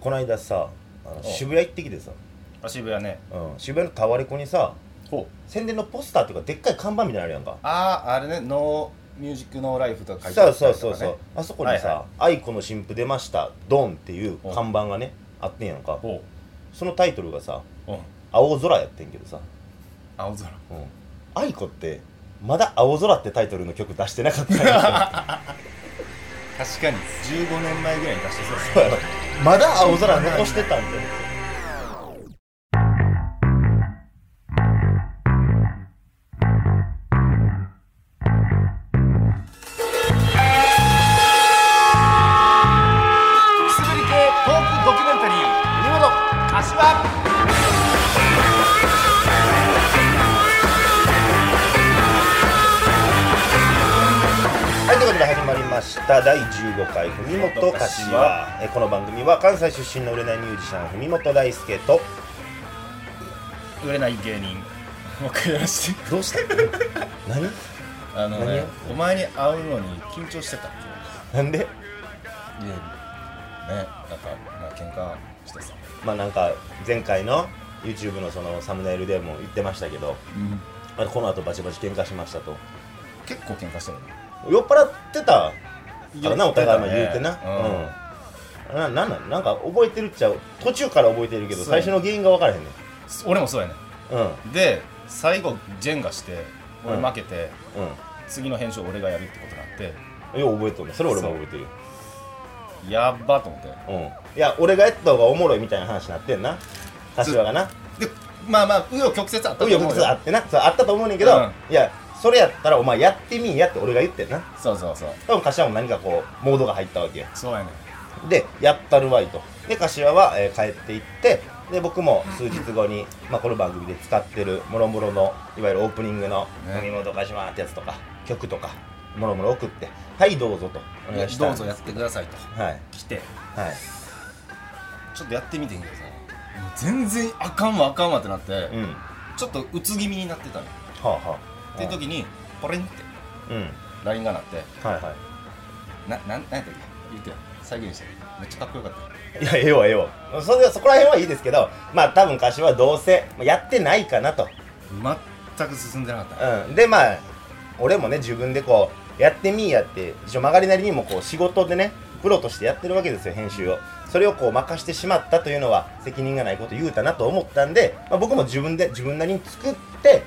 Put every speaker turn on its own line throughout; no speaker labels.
この間さあの
ん
渋谷行ってきてさ、
あ渋谷ね
うん、渋谷のタワレコにさ
ほ
宣伝のポスターっていうかでっかい看板みたいなのあるやんか
あああれねノーミュージックノーライフとか書いてあ
そう
った
そう
りとか
そう
ね
そうあそこに
はい
さ「愛子の新婦出ましたドン」っていう看板がねあってんやんか
ほ
そのタイトルがさ
ううん
「青空」やってんけどさ
青空
「うん、愛子」ってまだ「青空」ってタイトルの曲出してなかったんやさ
確かに15年前ぐらいに出してそうです
そう やろまだ青空残してたんだよ
くすぶり系トークドキュメンタリー見事柏
はい、ということで始まりました第15回「文元柏」えこの番組は関西出身の売れないミュージシャン文元大輔と
売れない芸人 もう一回やらせて
どうして何
あの
何
ね
を
お前に会うのに緊張してたい
なんで
やねなんかまあ喧嘩してさ
まあなんか前回の YouTube のそのサムネイルでも言ってましたけど
うん
あれこの後バチバチ喧嘩しましたと
結構喧嘩してるね
酔っ払ってたからなお互いの言うてな
うん
うん、ななんなんなんか覚えてるっちゃ途中から覚えてるけど
そうや
最
ね
初の原因が分からへんねん
俺もそうやね
うん
で最後ジェンガして俺
うん
負けて、
う
次の編集俺がやるってことになって
んよう覚えとんねそれ俺も覚えてるよ
やっばと思って
うん、いや俺がやった方がおもろいみたいな話になってんな柏がな
でまあまあ紆余曲折あったと
紆
思う
余曲
よ
折あってなそうあったと思うねんけど、
うん
いやそれやったらお前やってみんやって俺が言ってんな
そうそうそう
多分柏も何かこうモードが入ったわけよ
そうやね
でやったるわいとで柏は、えー帰っていってで僕も数日後に、まあ、この番組で使ってるもろもろのいわゆるオープニングの「
ね
飲み物かしま」ってやつとか曲とかもろもろ送って「はいどうぞ」とお願いした
ど
んで
う
す
ぞやってくださいと
はい
来て
はい
ちょっとやってみてんけどさもう全然あかんわあかんわってなって、
うんは
ちょっとうつ気味になってたのよ
あはあ
っていう時にポリンって
うん
LINE が鳴って
はいはい
ななんなんやったっけ言ってよ再現してめっちゃかっこよかったよ
いや、ええわ、ええわ。それはそこら辺はいいですけど、まあ、多分柏はどうせ、まあやってないかなと。
全く進んでなかった
うん。で、まあ、俺もね、自分でこう、やってみーやって、一応曲がりなりにもこう、仕事でね、プロとしてやってるわけですよ、編集を。それをこう、任してしまったというのは、責任がないこと言うたなと思ったんで、まあ、僕も自分で、自分なりに作って、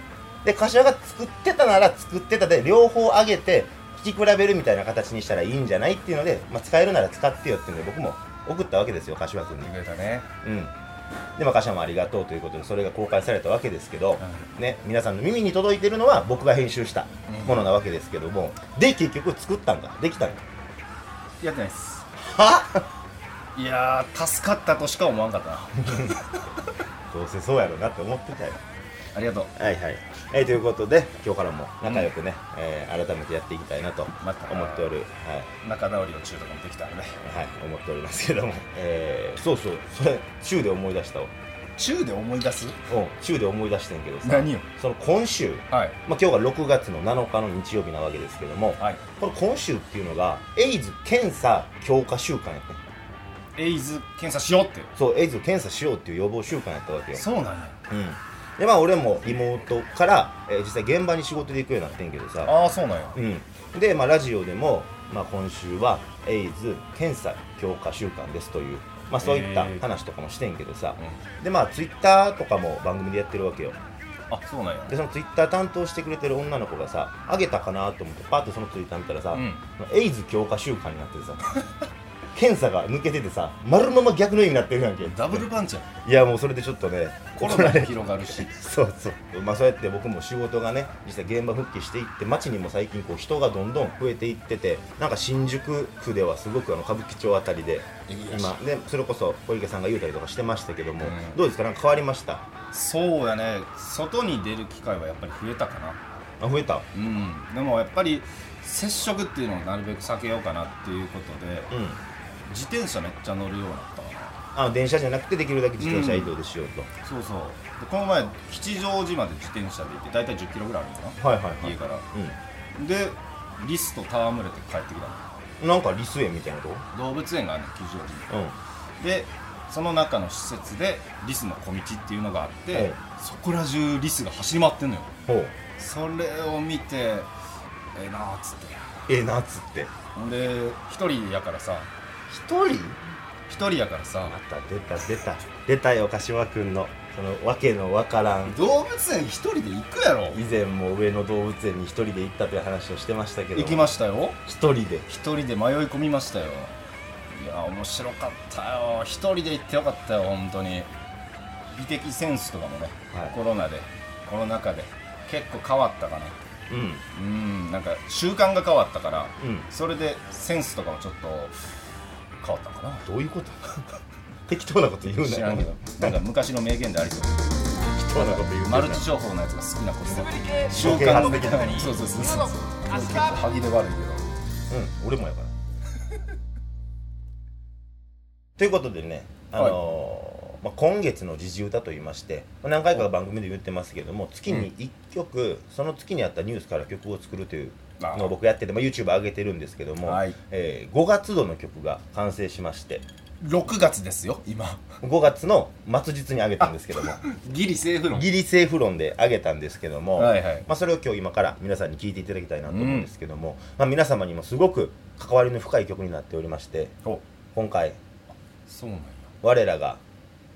で、柏が作ってたなら、作ってたで、両方上げて、聞き比べるみたいな形にしたらいいんじゃないっていうので、まあ、使えるなら使ってよっていうので、僕も送ったわけですよ、柏君に
言。ってくれたね、
うん、で、まあ、柏もありがとうということで、それが公開されたわけですけど、ね、皆さんの耳に届いてるのは、僕が編集したものなわけですけども、で、結局作ったんだ、できたんだ。
やってないっす
はい
やー助かったとしか思わんかった な
どうせそうやろうなって思ってたよ。
ありがとう
はいはい。えーということで、今日からも仲良くね、えー改めてやっていきたいなと
また
思っておる、はい、
仲直りを中とかもできたらね
はい、思っておりますけども、えーそうそう、それ、週で思い出したわ。
中で思い出す
うん、週で思い出してんけどさ、
何を
その今週、
はい
まあ、今日が6月の7日の日曜日なわけですけども、
はい
この今週っていうのがエイズ検査強化週間やった
エイズ検査しようって
そうエイズを検査しようっていう予防週間やったわけよ、
そうなんや
うん、でまあ俺もリモートから、えー実際現場に仕事で行くようになってんけどさ、
ああそうなんや
うん、で、まあ、ラジオでも、まあ、今週はエイズ検査強化週間ですという、まあ、そういった
へー
話とかもしてんけどさ、
う
でまあツイッターとかも番組でやってるわけよ
んあそうなんや
でそのツイッター担当してくれてる女の子がさあげたかなと思ってパッとそのツイッター見たらさ、
うん
エイズ強化週間になっててさ 検査が抜けててさ丸まま逆の意味になってるやんけ
ダブルパン チや
いやもうそれでちょっとね
コロ
怒
ナも
られ
広がるし
そうそうまあそうやって僕も仕事がね実際現場復帰していって街にも最近こう人がどんどん増えていっててなんか新宿区ではすごくあの歌舞伎町あたりで今でそれこそ小池さんが言うたりとかしてましたけども、
うん
どうですかなんか変わりました
そうやね外に出る機会はやっぱり増えたかな
あ増えた
うんでもやっぱり接触っていうのをなるべく避けようかなっていうことで
うん
自転車めっちゃ乗るようになったわな
あ電車じゃなくてできるだけ自転車移動でしようと、
そうそうでこの前吉祥寺まで自転車で行って大体1 0キロぐらいあるのか
はいはい
な
はい
家から
う
でリスと戯れて帰ってきたの
んなんかリス園みたいなとこ
動物園があるの吉祥寺に
うん
でその中の施設でリスの小道っていうのがあって、
はい
そこら中リスが走り回ってんのよ
ほう
それを見てええなーっつって
ええなっつって
ほんで一人やからさ
一人
一人やからさ
また出た出た出たよ柏くんのそのわけのわからん
動物園一人で行くやろ
以前も上野動物園に一人で行ったという話をしてましたけど
行きま
し
したよ
一人で
一人で迷い込みましたよいや面白かったよ一人で行ってよかったよ本当に美的センスとかもね、
はい
コロナでコロナ禍で結構変わったかな
うん
うんなんか習慣が変わったから
うん
それでセンスとかもちょっと変わったのか
どういうこと 適当なこと言うな
な
よ
知らんけどなんか昔の名言でありそう
適当なこと言うな
マルチ商法のやつが好きな子供
系
習慣のそうそうそうそう歯切れ悪いけど
うん俺もやから ということでねあのーまあ、今月の時事歌と言いましてまあ何回か番組で言ってますけども月に1曲、その月にあったニュースから曲を作るというのを僕やってて、まあ、YouTube 上げてるんですけども、
はい
えー5月度の曲が完成しまして
6月ですよ今
5月の末日に上げたんですけども
ギリセーフ論
ギリセーフ論で上げたんですけども、
はいはい
まあ、それを今日今から皆さんに聞いていただきたいなと思うんですけども、まあ、皆様にもすごく関わりの深い曲になっておりまして
お
今回
そうなんや
我らが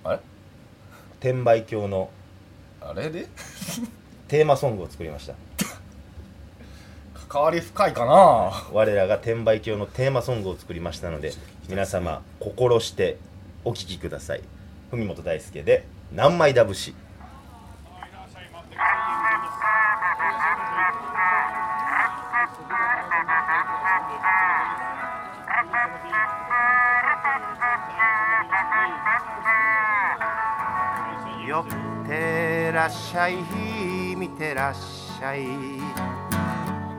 あれ
転売教の
あれで
テーマソングを作りました
関わり深いかな
我らが転売教のテーマソングを作りましたので皆様心してお聴きください文本大輔で「何枚だぶし」
よってらっしゃい見てらっしゃい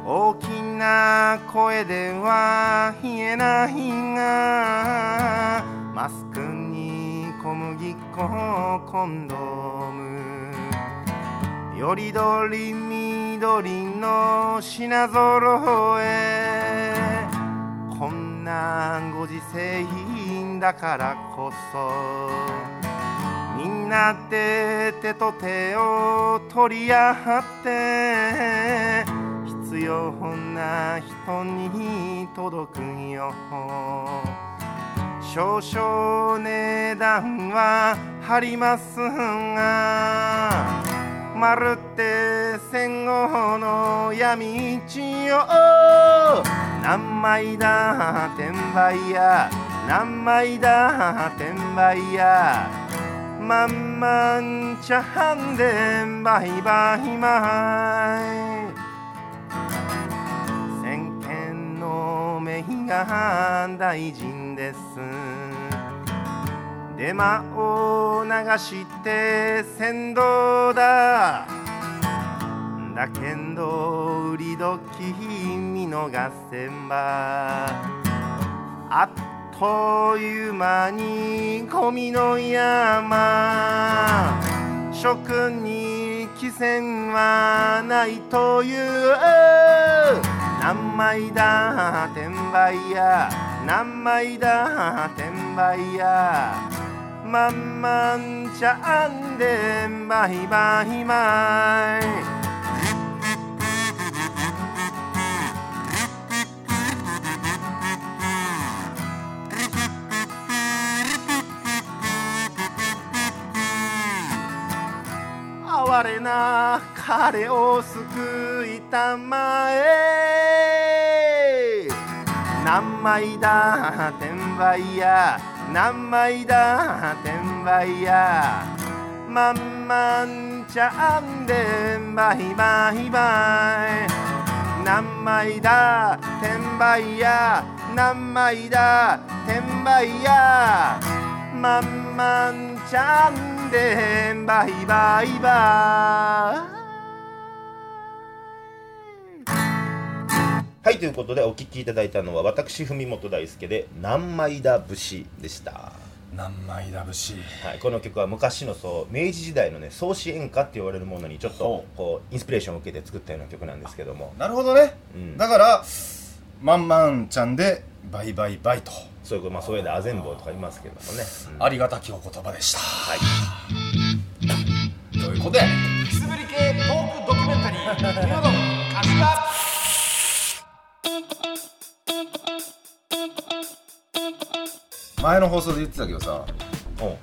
大きな声では言えないがマスクに小麦粉コンドームよりどりみどりの品揃えこんなご時世だからこそみんなで手と手を取り合って必要な人に届くよ少々値段は張りますがまるで戦後の闇市を何枚だ転売や何枚だ転売やまんまんチャーハンでバイバイマイ先見の目が大臣ですデマを流して先導だだけど売り時見逃せんばあっという間にゴミの山食に寄せんはないという何枚だ転売や何枚だ転売やまんまんちゃんでバイバイマイ哀れな彼を救いたまえ何枚だ転売や何枚だ転売やまんまんちゃんでバイバイバイ何枚だ転売や何枚だ転売やまんまんちゃんでバイバイバイ
はいということでお聴きいただいたのは私文本大輔で「何枚だぶし」でした
何枚だぶし
はい、この曲は昔のそう明治時代のね創始演歌って言われるものにちょっと
ほ
こうインスピレーションを受けて作ったような曲なんですけども
なるほどね、
うん
だからまんまんちゃんで倍倍倍と
そういうことまあそういうであぜんぼうとか言いますけどもね、うん
ありがたきお言葉でした
はい
ということで
くすぶり系トークドキュメンタリー見事柏
前の放送で言ってたけどさ
う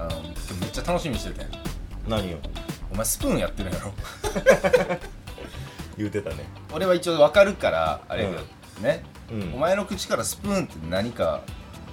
あのめっちゃ楽しみにしてて
ん何を
お前スプーンやってるやろ
言うてたね
俺は一応わかるからあれやけど、ね、
うん
お前の口からスプーンって何か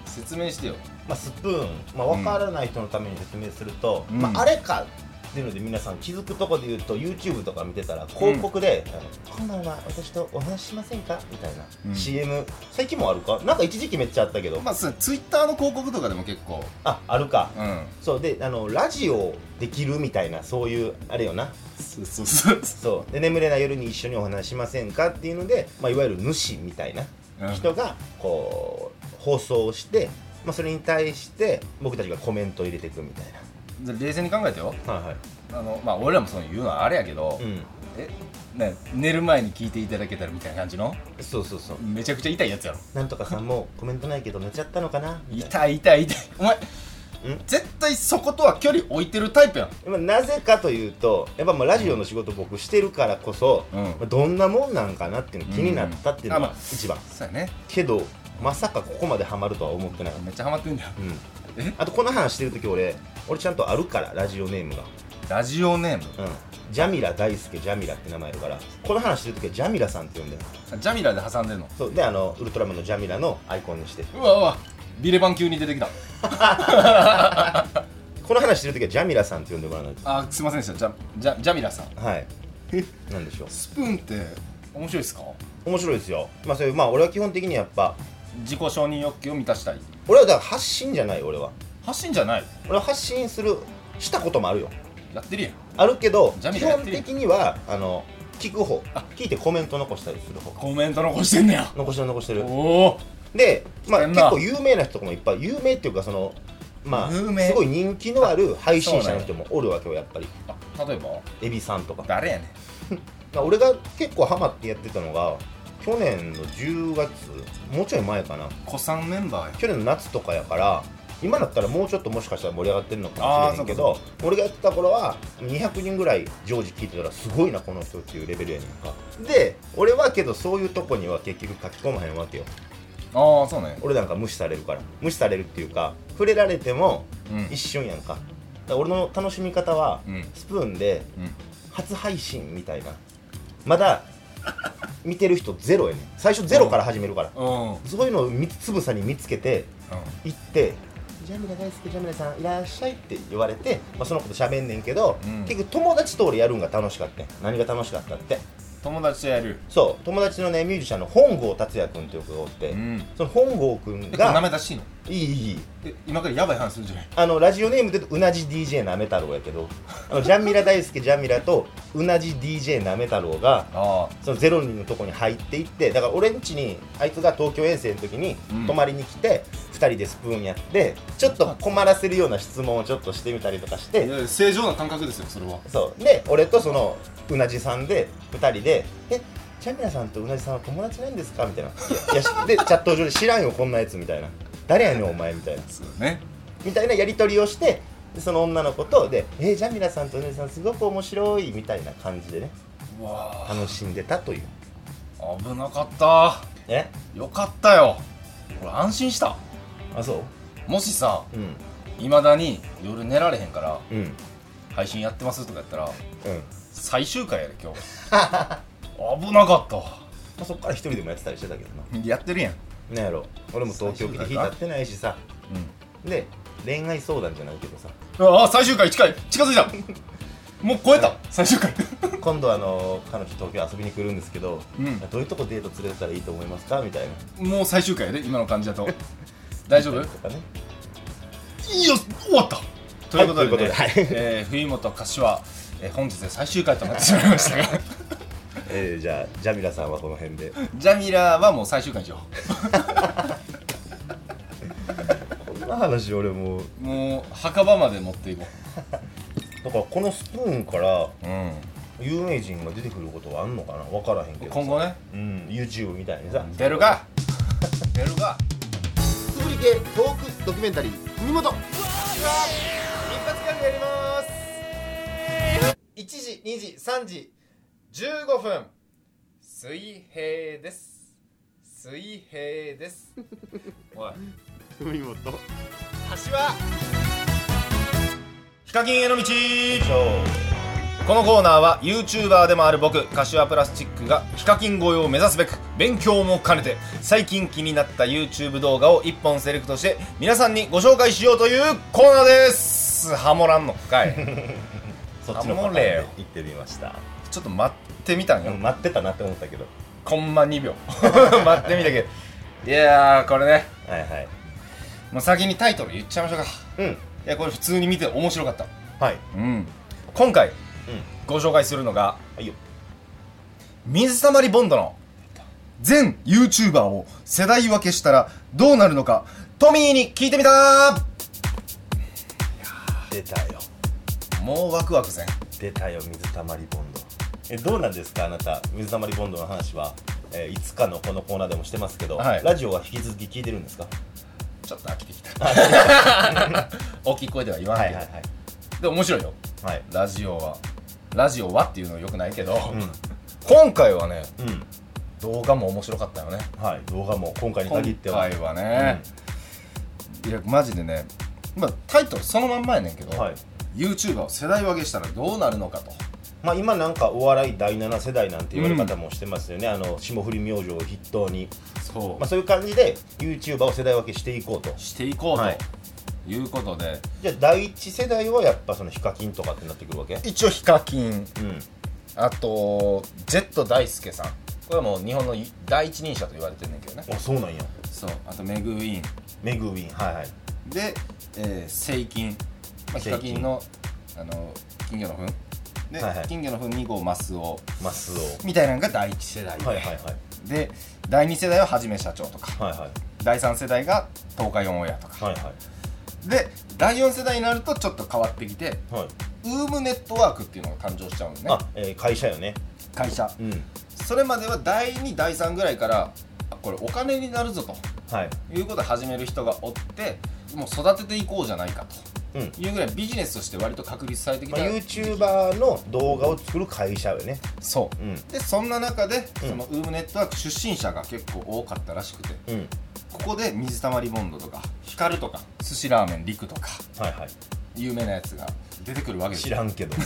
説明してよ
まあ、スプーン、まあ、分からない人のために説明すると、
うん
まあ、あれかっていうので皆さん気づくとこで言うと YouTube とか見てたら広告で「あのこんばんは私とお話ししませんか?」みたいな、
うん
CM 最近もあるかなんか一時期めっちゃあったけど、
まあそうツイッターの広告とかでも結構
ああるか、
うん
そうであのラジオできるみたいなそういうあれよな
そうそう そう
そうで眠れない夜に一緒にお話しませんかっていうので、まあ、いわゆる主みたいな
うん
人がこう放送をして、まあ、それに対して僕たちがコメントを入れていくみたい
で冷静に考えてよ
な。はいはい
あのまあ俺らもそういうのはあれやけど、
うん
えね寝る前に聞いていただけたらみたいな感じの
そうそうそう
めちゃくちゃ痛いやつやろ
なんとかさんもコメントないけど寝ちゃったのかなみたいな
痛い痛い痛いお前
ん
絶対そことは距離置いてるタイプやん
まあなぜかというとやっぱまあラジオの仕事僕してるからこそ、
うん
まあどんなもんなんかなっていうの気になったっていうの
うんあ
が
まあ
一番、
そうやね
けどまさかここまでハマるとは思ってなかっ
めっちゃハマってんだよ
た、うん
え
あとこの話してる時俺俺ちゃんとあるからラジオネームが、
ラジオネーム
うん、ジャミラ大輔ジャミラって名前だからこの話してる時はジャミラさんって呼んでる
ジャミラで挟んでんの
そうであのウルトラマンのジャミラのアイコンにして
うわうわビレバン急に出てきた
この話してる時はジャミラさんって呼んでもらわないと
あすいませんでしたジャジャジャミラさん
はい なんでしょう
スプーンって面白いっすか
面白いですよまあそういうまあ俺は基本的にやっぱ
自己承認欲求を満たしたい
俺はだから発信じゃない俺は
発信じゃない
俺は発信するしたこともあるよ
やってるやん
あるけど
ジャミ
基
ラやっ
本
てる
的にはあの聞く方聞いてコメント残したりする方
コメント残してんねや
残してる残してる
おお
で、まあ、
変
結
な
構有名な人とかもいっぱい有名っていうかそのまあ
有名
すごい人気のある配信者の人もおるわけよやっぱり
あ例えば
エビさんとか
誰やねん
まあ俺が結構ハマってやってたのが去年の10月もうちょい前かな
子さんメンバーや
去年の夏とかやから今だったらもうちょっともしかしたら盛り上がってるのかもしれへんけ
あー
ど俺がやってた頃は200人ぐらい常時聞いてたらすごいなこの人っていうレベルやねんかで俺はけどそういうとこには結局書き込まへんわけよ
ああそうね
俺なんか無視されるから無視されるっていうか触れられても
うん
一瞬やんかだから俺の楽しみ方は
うん
スプーンで
うん
初配信みたいなまだ見てる人ゼロやねん最初ゼロから始めるから
うんうん
そういうのを見つぶさに見つけて行って「ジャミラ大好きジャミラさんいらっしゃい」って言われて、まあ、そのこと喋んねんけど、
うん
結局友達と俺やるんが楽しかったん何が楽しかったって
友達とやる
そう友達のねミュージシャンの本郷達也君っていう子がおって、
うん
その本郷君
えこれ舐
が
めたしいの
いいいい
え今からやばい話するんじゃない
あのラジオネームで言うとうなじ DJ なめ太郎やけどあのジャンミラ大好きジャンミラとうなじ DJ なめ太郎が
あ
そのゼロ人のとこに入っていってだから俺んちにあいつが東京遠征の時に
うん
泊まりに来て、2人でスプーンやってちょっと困らせるような質問をちょっとしてみたりとかし
あい
て
や正常な感覚ですよそれは
そうで俺とそのうなじさんで2人で「えチャミラさんとうなじさんは友達なんですか?」みたいな「いやいやでチャット上で「知らんよこんなやつ」みたいな「誰やねんお前」みたいな
そうね
みたいなやり取りをしてでその女の子とで「えジャミラさんとうなじさんすごく面白い」みたいな感じでね
うわ
楽しんでたという
あ危なかった
ね
よかったよ俺安心した
あそ
もしさ
ううん
いまだに夜寝られへんから
うん
配信やってますとかやったら
うん
最終回やで 今日危なかったわ
まあ、そっから一人でもやってたりしてたけどな
やってるやん
なんやろ俺も東京来て日経ってないしさで恋愛相談じゃないけど さ
うんああ最終回近い近づいたもう超えた最終回
今度あの彼女東京遊びに来るんですけど、
うん
どういうとこデート連れてたらいいと思いますかみたいな
もう最終回やで今の感じだと 大丈夫
とかね
いいよ終わったということで,、ね
はいということで
えー冬本柏、えー本日で最終回となってしまいまし たが
えー、じゃあジャミラさんはこの辺で
ジャミラはもう最終回にしよ
こんな話俺もう
うもう墓場まで持っていこ
だからこのスプーンから
う、うん、
有名人が出てくることはあんのかな分からへんけどさ
今後ね
うん YouTube みたいにさ
出るか出るが
つぶり系トークドキュメンタリー文元
一発ギャグやります1時2時3時15分水平です水平ですおい
文元
橋はヒカキンへの道
そう
このコーナーは YouTuber でもある僕柏プラスチックがヒカキン越えを目指すべく勉強も兼ねて最近気になった YouTube 動画を1本セレクトして皆さんにご紹介しようというコーナーですハモらんの かい
そっちのパターンで行ってみました
ちょっと待ってみたんよ、
うん待ってたなって思ったけど
コンマ2秒 待ってみたけどいやーこれね
はいはい
もう先にタイトル言っちゃいましょうか
うん
いやこれ普通に見て面白かった
はい
うん今回
うん
ご紹介するのが
はいよ
水溜りボンドの全 YouTuber を世代分けしたらどうなるのかトミーに聞いてみた
出たよ
もうワクワクせん
出たよ水たまりボンドえどうなんですかあなた水たまりボンドの話は、えーいつかのこのコーナーでもしてますけど、
はい
ラジオは引き続き聞いてるんですか
ちょっと飽きてきた 大きい声では言わ
は
ない
い
けど、
はいはい
でも面白いよ
はい
ラジオはラジオはっていうのはよくないけど、
う
今回はね
ん、
動画も面白かったよね
うん、はい動画も今回に
今
限っては
回はね、いやマジでね、まあ、タイトルそのまんまやねんけど、
はい
YouTuber を世代分けしたらどうなるのかと
まあ今なんかお笑い第7世代なんて言われ方もしてますよね、あの霜降り明星を筆頭に、
そう
まあ、そういう感じで YouTuber を世代分けしていこうと
していこうと、
はい
い、うことで
じゃあ第一世代はやっぱそのヒカキンとかってなってくるわけう
一応ヒカキン
ん
あとジェット大輔さんこれはもう日本の第一人者と言われてるんだけどね
あそうなんや
そうあとメグウィーン
メグウィンはいはい
で、えー、セイキン、まあ、ヒ
セイキン
カキンのあの金魚の糞で、
はいはい
金魚の糞2号マスオ
マス
みたいなのが第一世代、
オはいはいはい
で第二世代ははじめ社長とか
はいはい
第3世代が東海オンエアとか
はいはい
で第4世代になるとちょっと変わってきて
はい
ウームネットワークっていうのが誕生しちゃうんね
あ、えー会社よね
会社
うん
それまでは第2第3ぐらいからあこれお金になるぞと
はい
いうことで始める人がおってもう育てていこうじゃないか
うん
というぐらいビジネスとして割と確立されてき
まあ、
た、
YouTuber の動画を作る会社よね
そううんでそんな中で、
うん
そのウームネットワーク出身者が結構多かったらしくて
うん
ここで水溜りボンドとかヒカルとか寿司ラーメンリクとか
はいはい
有名なやつが出てくるわけです
知
よ
らんけど
ね、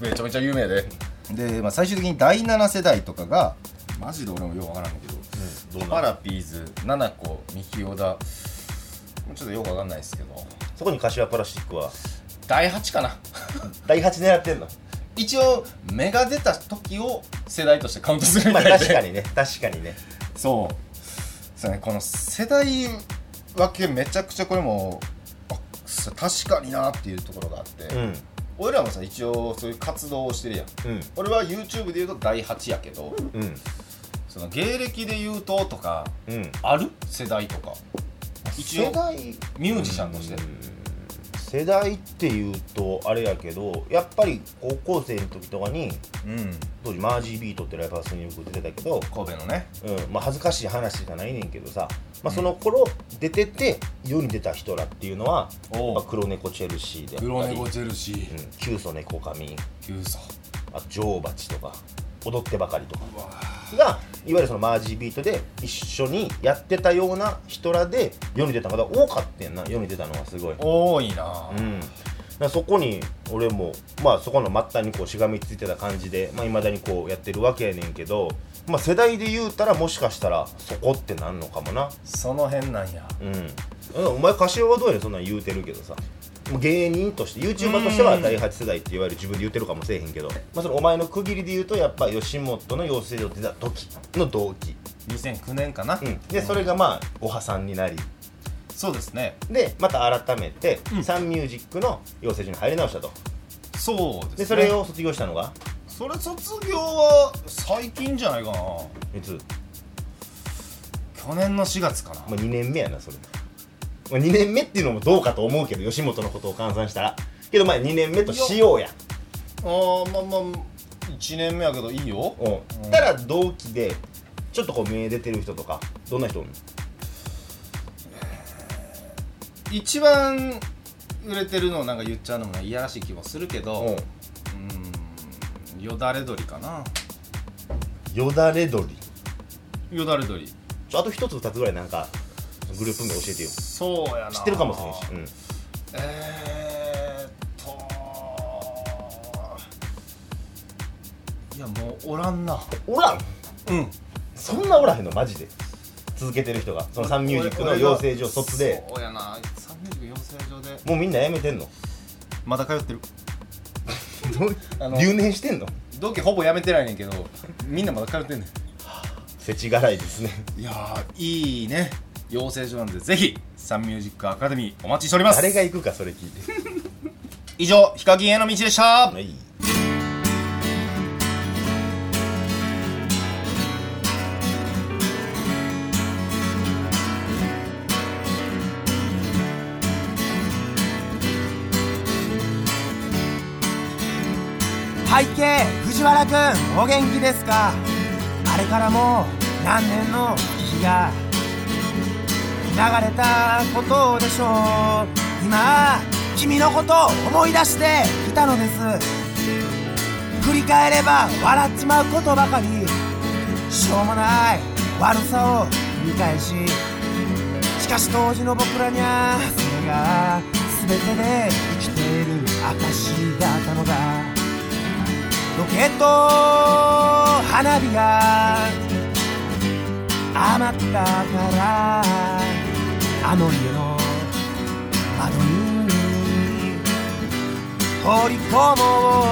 めちゃめちゃ有名でで、まあ、最終的に第7世代とかがマジで俺もようわからんけど
ど
パラピーズ七子三木小田もうちょっとよくわかんないですけど
そこに柏プラスチックは
第8かな
第8狙ってんの
一応芽が出た時を世代としてカウントするみ
まあ
たい
確
で、
かに ね確かにね
そうそうねこの世代分けめちゃくちゃこれもあ確かになっていうところがあって、
うん
俺らもさ一応そういう活動をしてるやん
うん
俺は YouTube で言うと第8やけど、
うん
その芸歴で言うととか
うん
ある世代とか一応
代
ミュージシャンとして
世代っていうとあれやけどやっぱり高校生の時とかに
うん
当時マージービートってライブハウスによく出てたけど、
神戸のね
うんまあ、恥ずかしい話じゃないねんけどさ、まあ、その頃出てて世に出た人らっていうのは、
おう
まあ、黒猫チェルシーであったり、うん、
ェルシー
キュウソネコカミ
キュウソ
あと女王蜂とか踊ってばかりとかがいわゆるそのマージービートで一緒にやってたような人らで世に出た方が多かったんな世に出たのはすごい。
多いな
うん、だからそこに俺も、まあ、そこの末端にこうしがみついてた感じでいまあ、未だにこうやってるわけやねんけど、まあ、世代で言うたらもしかしたらそこってなんのかもな
その辺なんや
うんお前柏はどうやねんそんなん言うてるけどさもう芸人として YouTuber としては第8世代っていわゆる自分で言ってるかもしれへんけど、まあ、そのお前の区切りで言うとやっぱ吉本の養成所出た時の同期、
2009年かな、
うん、でそれがまあおはさんになり
そうですね
でまた改めてサンミュージックの養成所に入り直したと、
そうです
でそ
ね
れを卒業したのが
それ卒業は最近じゃないかない
つ
去年の4月かな、
もう2年目やなそれ、まあ、2年目っていうのもどうかと思うけど吉本のことを換算したらけどまあ2年目としようや
あーまあまあ1年目やけどいいよ
うんたら同期でちょっとこう目出てる人とかどんな人おんの
一番売れてるのをなんか言っちゃうのもいやらしい気もするけ
う
ど
ん
うんよだれ鶏かな
よだれ鶏
よだれ鶏
ちょあと一つ二つぐらいなんかグループ名教えてよ知
そうやな知
ってるかもしれんし、うん、
えーっといやもうおらんな
おらん
うん
そんなおらへんのマジで続けてる人がそのサンミュージックの養成所卒で
そうやなサンミュージック養成所で
もうみんな辞めてんの
まだ通ってるあの
留年してんの
同期ほぼやめてないねんけどみんなまだ通ってんね
世知辛いです ね
んいやーいいね養成所なんでぜひサンミュージックアカデミーお待ちしております
誰が行くかそれ聞いて
以上ヒカキンへの道でした
はい
背景藤原くんお元気ですかあれからもう何年の日が流れたことでしょう今君のことを思い出してきたのです振り返れば笑っちまうことばかりしょうもない悪さを繰り返ししかし当時の僕らにゃそれが全てで生きている証だったのだロケット花火が余ったからあの家の窓に放り込も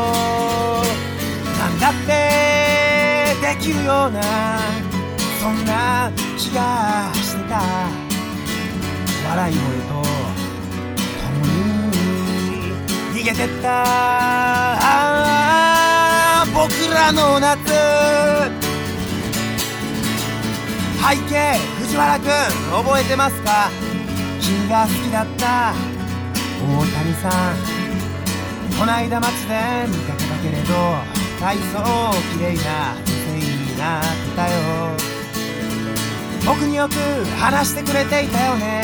うなんだってできるようなそんな気がしてた笑い声と共に逃げてったあー僕らの夏背景藤原くん覚えてますか君が好きだった大谷さんこないだ街で見かけたけれど体操綺麗な女性になってたよ僕によく話してくれていたよね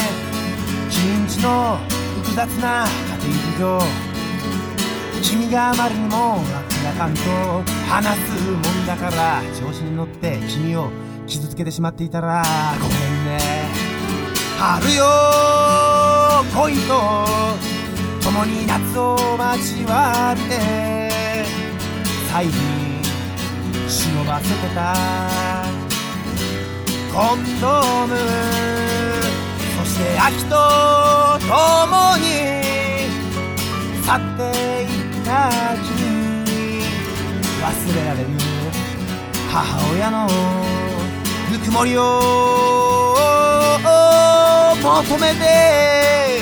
君んちの複雑な家庭事情君があまりにも明らかんと話すもんだから調子に乗って君を傷つけてしまっていたらごめんね春よ恋と共に夏を待ちわびて最後に忍ばせてたコンドームそして秋と共に去っていった君忘れられる母親のぬくもりを求めて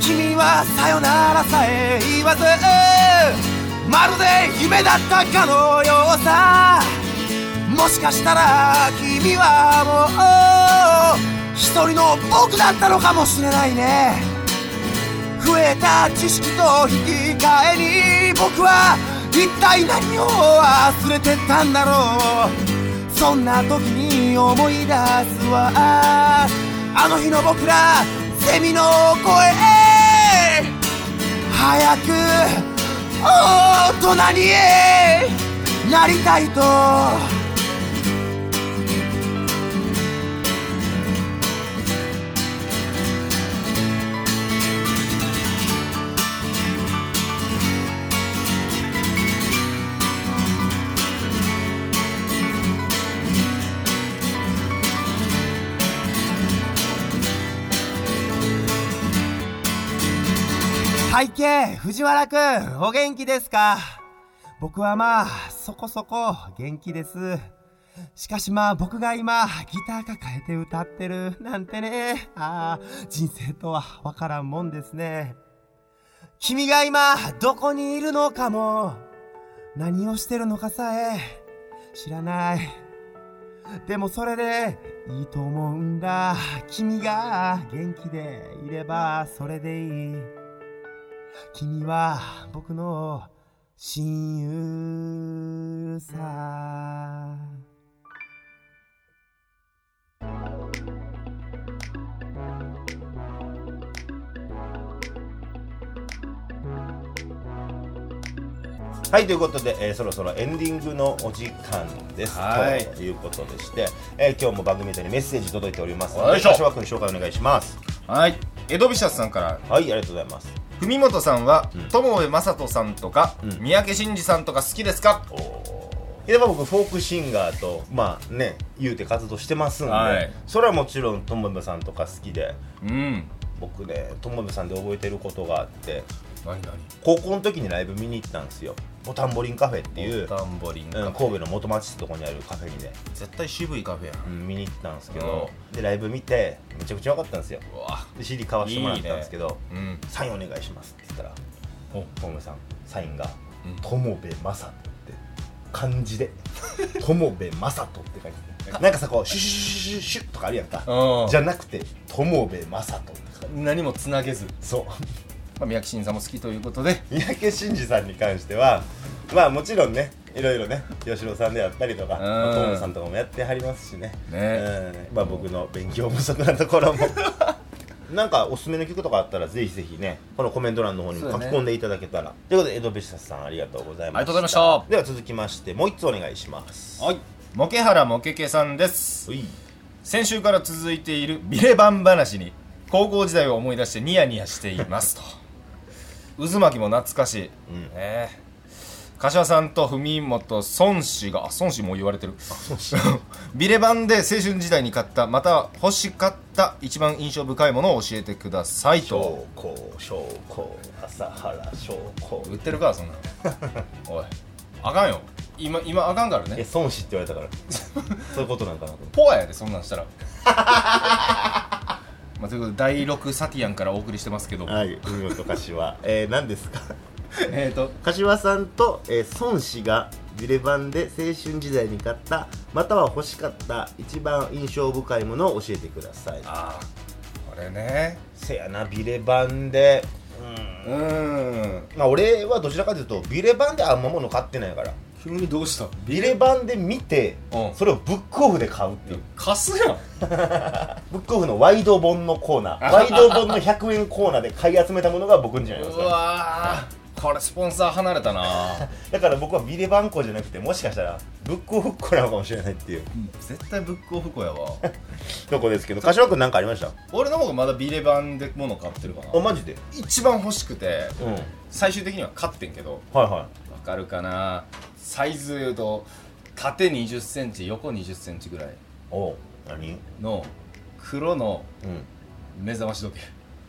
君はさよならさえ言わずまるで夢だったかのようさもしかしたら君はもう一人の僕だったのかもしれないね増えた知識と引き換えに僕は一体何を忘れてたんだろうそんな時に思い出すわあの日の僕らセミの声早く大人になりたいと背景藤原くんお元気ですか僕はまあそこそこ元気ですしかしまあ僕が今ギター抱えて歌ってるなんてねああ人生とはわからんもんですね君が今どこにいるのかも何をしてるのかさえ知らないでもそれでいいと思うんだ君が元気でいればそれでいい君は僕の親友さ
はいということで、えーそろそろエンディングのお時間です
はい
ということでして、えー今日も番組でメッセージ届いておりますの
よい
で
しょ
柏君紹介お願いします
はい江戸ビシャスさんから
はいありがとうございます
文本さんは
ん
友部正人さんとか、
ん
三宅伸二さんとか好きですか
でまあ僕フォークシンガーとまあね言うて活動してますんで、
はい
それはもちろん友部さんとか好きで
うん
僕ね友部さんで覚えてることがあって
何何
高校の時にライブ見に行ったんですよボタンボリンカフェっていう、
タンボリン
うん、
か
神戸の元町ってとこにあるカフェにね、
絶対渋いカフェやん
うん見に行ったんですけど、でライブ見てめちゃくちゃ良かったんですよ
うわ
で CD 買わしてもらったんですけど
うん
サインお願いしますって言ったら
お
友部さんサインが
うん
「友部正人」って漢字で 「友部正人」って書いててなんかさこうシュシュシュシュシュシュとかあるやんか
うん
じゃなくて「友部正人」って書いて
何もつなげず、ま
そう
あ、三宅伸二さんも好きということで
三宅伸二さんに関してはまあもちろんねいろいろね吉郎さんであったりとか
ん
まあ友部さんとかもやってはりますしね
ね
うんまあ僕の勉強不足なとこ ろもなんかおすすめの曲とかあったらぜひぜひねこのコメント欄の方にも書き込んでいただけたら、ということで江戸ベシタスさんありがとうございました
ありがとうございました
では続きましてもう一つお願いします
はいモケハラモケケさんです
うい
先週から続いているビレバン話に高校時代を思い出してニヤニヤしていますと渦巻きも懐かしい、
うん
ねえ柏さんと文元孫子があ孫子もう言われてる ビレバンで青春時代に買ったまた欲しかった一番印象深いものを教えてくださいと
証拠証拠朝原証拠
売ってるかそんなのおいあかんよ今今あかんからね
え孫子って言われたから そういうことなんかなと
ポアやでそんなんしたら まあ、ということで第6サティアンからお送りしてますけど
はい海本柏えー、何ですか
えーと
柏さんと、えー孫子がビレバンで青春時代に買ったまたは欲しかった一番印象深いものを教えてください
ああこれね
せやなビレバンで
うーん
まあ俺はどちらかというとビレバンであんまもの買ってないから
急にどうした
ビレバンで見て、
うん
それをブックオフで買うっていう
貸すやん
ブックオフのワイド本のコーナ ーワイド本の100円コーナーで買い集めたものが僕んじゃないです
う
か
わーこれスポンサー離れたな
だから僕はビレバン校じゃなくてもしかしたらブックオフっ子なのかもしれないっていう
絶対ブックオフ子やわ
とこですけど柏君なんかありました
俺の方がまだビレバンで物買ってるか
あ
な
マジで
一番欲しくて
うんはい
最終的には買ってんけど
は
わかるかなサイズ言うと縦2 0センチ横2 0センチぐらい
いおう何
の黒の
うん
目覚まし時計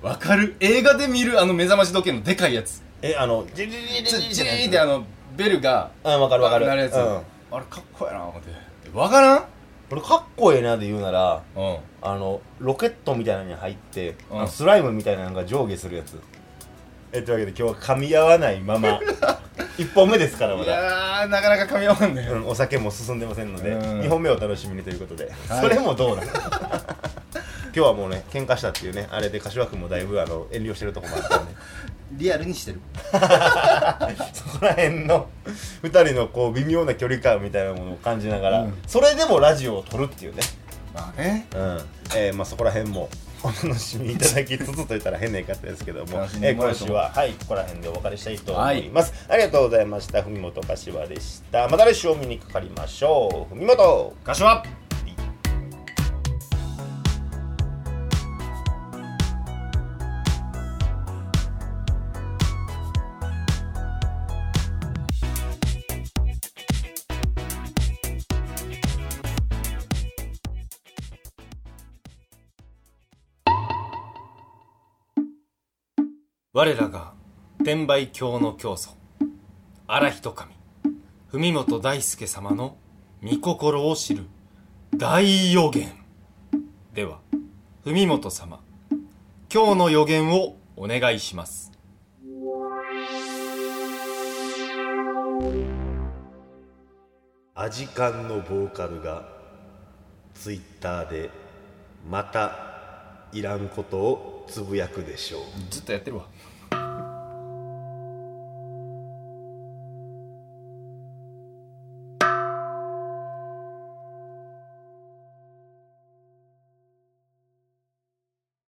わかる映画で見るあの目覚まし時計のでかいやつ
えあのジリリリリ
ジ
リ
ー
リ
ンっ
リ
てあのベルが
うんわかるわかる
なるやつ、
うん
あれかっこええな思ってわからん
これかっこええなで言うなら
うん
あのロケットみたいなのに入って、
うん
あのスライムみたいなのが上下するやつえというわけで今日は噛み合わないまま一本目ですからま
い
だ、
やーなかなか噛み合わんね
うん、お酒も進んでませんので
うん
2本目をお楽しみにということで、
はい
それもどうなの今日はもうね喧嘩したっていうねあれで柏君もだいぶあの遠慮してるとこもあったんで
リアルにしてる
そこら辺の2人のこう微妙な距離感みたいなものを感じながら、
うん
それでもラジオを撮るっていうね
まあね
うんえーまあ、そこら辺もお楽しみいただきつつと言ったら変な言い方ですけども、
楽しん
え
で
ー
もら
今
えると
週
思う
は、はい、ここら辺でお別れしたいと思います、ありがとうございました文本柏でしたまた来週お見にかかりましょう文本
柏我らが天売教の教祖荒人神文本大輔様の御心を知る大予言では文本様今日の予言をお願いします
アジカンのボーカルがツイッターでまたいらんことをつぶやくでしょう
ずっとやってるわ